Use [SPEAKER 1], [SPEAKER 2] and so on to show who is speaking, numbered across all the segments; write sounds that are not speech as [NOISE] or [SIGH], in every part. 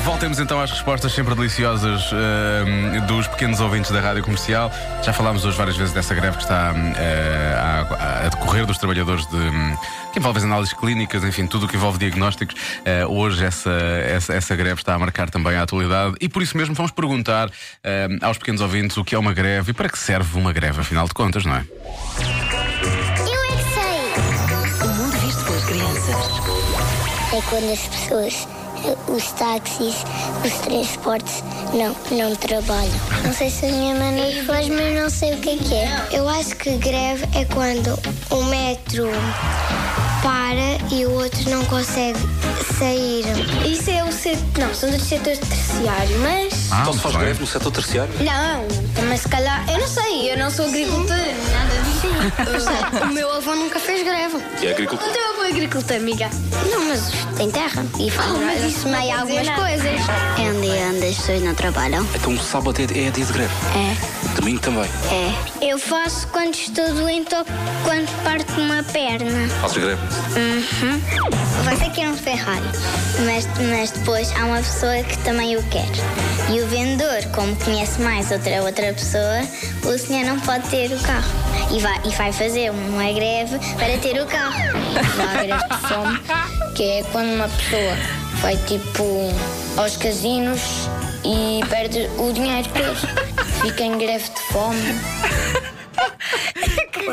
[SPEAKER 1] Voltemos então às respostas sempre deliciosas eh, dos pequenos ouvintes da rádio comercial. Já falámos hoje várias vezes dessa greve que está eh, a, a decorrer dos trabalhadores de. hum, que envolve as análises clínicas, enfim, tudo o que envolve diagnósticos. Eh, hoje essa, essa, essa greve está a marcar também a atualidade e por isso mesmo vamos perguntar eh, aos pequenos ouvintes o que é uma greve e para que serve uma greve, afinal de contas, não é?
[SPEAKER 2] Eu é que sei.
[SPEAKER 3] O mundo visto pelas crianças.
[SPEAKER 2] É quando as pessoas, os táxis, os transportes não, não trabalham. Não sei se a minha maneira faz, mas não sei o que é que é. Eu acho que greve é quando o metro para e o outro não consegue sair. Isso é o setor. Não, são dos setores terciários, mas.
[SPEAKER 1] Ah,
[SPEAKER 4] Então se
[SPEAKER 1] muito
[SPEAKER 4] faz
[SPEAKER 1] bem.
[SPEAKER 4] greve no setor terciário?
[SPEAKER 2] Não, também se calhar. Eu não sei, eu não sou agricultor, nada disso. O meu avô nunca fez greve.
[SPEAKER 4] É agricultor.
[SPEAKER 2] O teu avô é agricultor, amiga. Não, mas tem terra e faz mas isso meio algumas coisas. É onde, onde as pessoas não trabalham.
[SPEAKER 4] Então sábado é, é dia de greve.
[SPEAKER 2] É.
[SPEAKER 4] Domingo também.
[SPEAKER 2] É. Eu faço quando estou doente ou quando parto uma perna.
[SPEAKER 4] Fazes greve.
[SPEAKER 2] Você quer um Ferrari, mas, mas depois há uma pessoa que também o quer. E o vendedor, como conhece mais outra, outra pessoa, o senhor não pode ter o carro. E vai, e vai fazer uma greve para ter o carro.
[SPEAKER 5] Há greve de fome, que é quando uma pessoa vai tipo aos casinos e perde o dinheiro todo. Fica em greve de fome.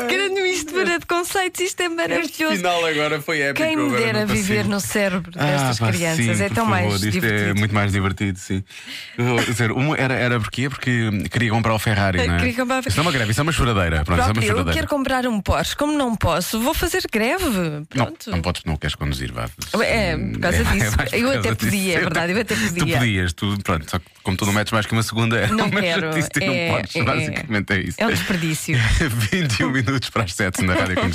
[SPEAKER 6] Grande mistura de conceitos, isto é maravilhoso.
[SPEAKER 1] Final agora foi épico.
[SPEAKER 6] Quem me
[SPEAKER 1] agora
[SPEAKER 6] dera
[SPEAKER 1] não passei.
[SPEAKER 6] viver no cérebro
[SPEAKER 1] Ah,
[SPEAKER 6] destas
[SPEAKER 1] pá,
[SPEAKER 6] crianças.
[SPEAKER 1] sim,
[SPEAKER 6] é
[SPEAKER 1] por
[SPEAKER 6] tão mais
[SPEAKER 1] favor, isto
[SPEAKER 6] divertido.
[SPEAKER 1] É muito mais divertido, sim. Eu vou dizer, uma era, era porquê? Porque queria comprar o Ferrari, não é?
[SPEAKER 6] Queria comprar o Ferrari.
[SPEAKER 1] Isso não é uma greve, isso é uma choradeira. Pronto, isso é uma
[SPEAKER 6] Próprio, eu
[SPEAKER 1] choradeira.
[SPEAKER 6] quero comprar um Porsche. Como não posso, vou fazer greve.
[SPEAKER 1] Não,
[SPEAKER 6] Pronto.
[SPEAKER 1] não podes, não queres conduzir, vá.
[SPEAKER 6] É,
[SPEAKER 1] [LAUGHS]
[SPEAKER 6] por causa
[SPEAKER 1] mais
[SPEAKER 6] disso.
[SPEAKER 1] por
[SPEAKER 6] Eu
[SPEAKER 1] causa
[SPEAKER 6] até podia,
[SPEAKER 1] disso.
[SPEAKER 6] é verdade, eu até
[SPEAKER 1] Tu
[SPEAKER 6] podia.
[SPEAKER 1] podias, tu, pronto, só que como tu não metes mais que uma segunda, é
[SPEAKER 6] Não
[SPEAKER 1] uma
[SPEAKER 6] quero.
[SPEAKER 1] chatice, tu
[SPEAKER 6] é,
[SPEAKER 1] não podes, [LAUGHS]
[SPEAKER 6] é,
[SPEAKER 1] basicamente é isso.
[SPEAKER 6] É um desperdício. [LAUGHS]
[SPEAKER 1] 21 minutos para as 7 na Rádio Comercial.